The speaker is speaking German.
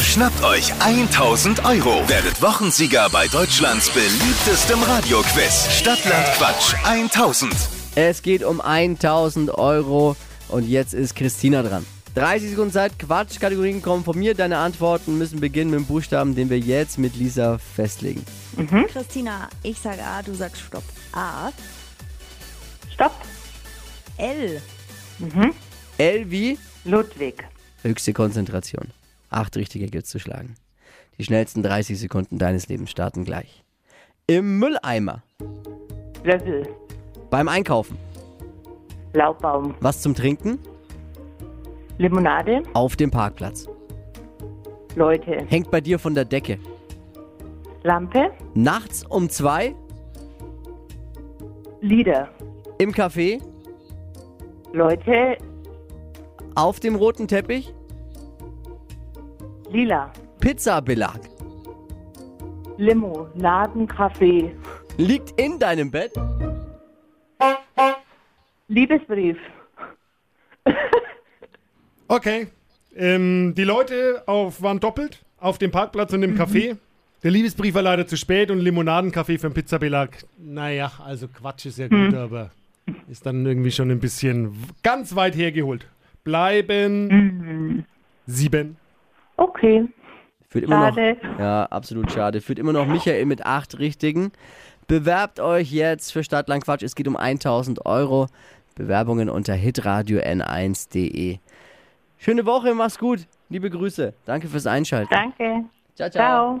Schnappt euch 1000 Euro. Werdet Wochensieger bei Deutschlands beliebtestem Radioquiz. Stadtland Quatsch 1000. Es geht um 1000 Euro und jetzt ist Christina dran. 30 Sekunden Zeit, Quatsch, Kategorien kommen von mir. Deine Antworten müssen beginnen mit dem Buchstaben, den wir jetzt mit Lisa festlegen. Christina, ich sage A, du sagst Stopp. A, Stopp. L, L wie Ludwig. höchste Konzentration. Acht richtige gilt's zu schlagen. Die schnellsten 30 Sekunden deines Lebens starten gleich. Im Mülleimer, Löffel. beim Einkaufen, Laubbaum. was zum Trinken, Limonade. auf dem Parkplatz. Leute. Hängt bei dir von der Decke. Lampe. Nachts um zwei, Lieder. im Café, Leute. auf dem roten Teppich, Lila. Pizzabelag. Limo. Ladenkaffee. Liegt in deinem Bett. Liebesbrief. Okay. Ähm, die Leute auf, waren doppelt auf dem Parkplatz und im Café. Der Liebesbrief war leider zu spät und Limonadenkaffee für einen Pizzabelag. Naja, also Quatsch ist ja gut, aber ist dann irgendwie schon ein bisschen w- ganz weit hergeholt. Bleiben sieben. Okay. Führt immer Schade. noch. Ja, absolut schade. Führt immer noch Michael mit acht richtigen. Bewerbt euch jetzt für Stadtland Quatsch. Es geht um 1000 Euro. Bewerbungen unter hitradio n1.de. Schöne Woche, mach's gut. Liebe Grüße. Danke fürs Einschalten. Danke. Ciao, ciao. Ciao.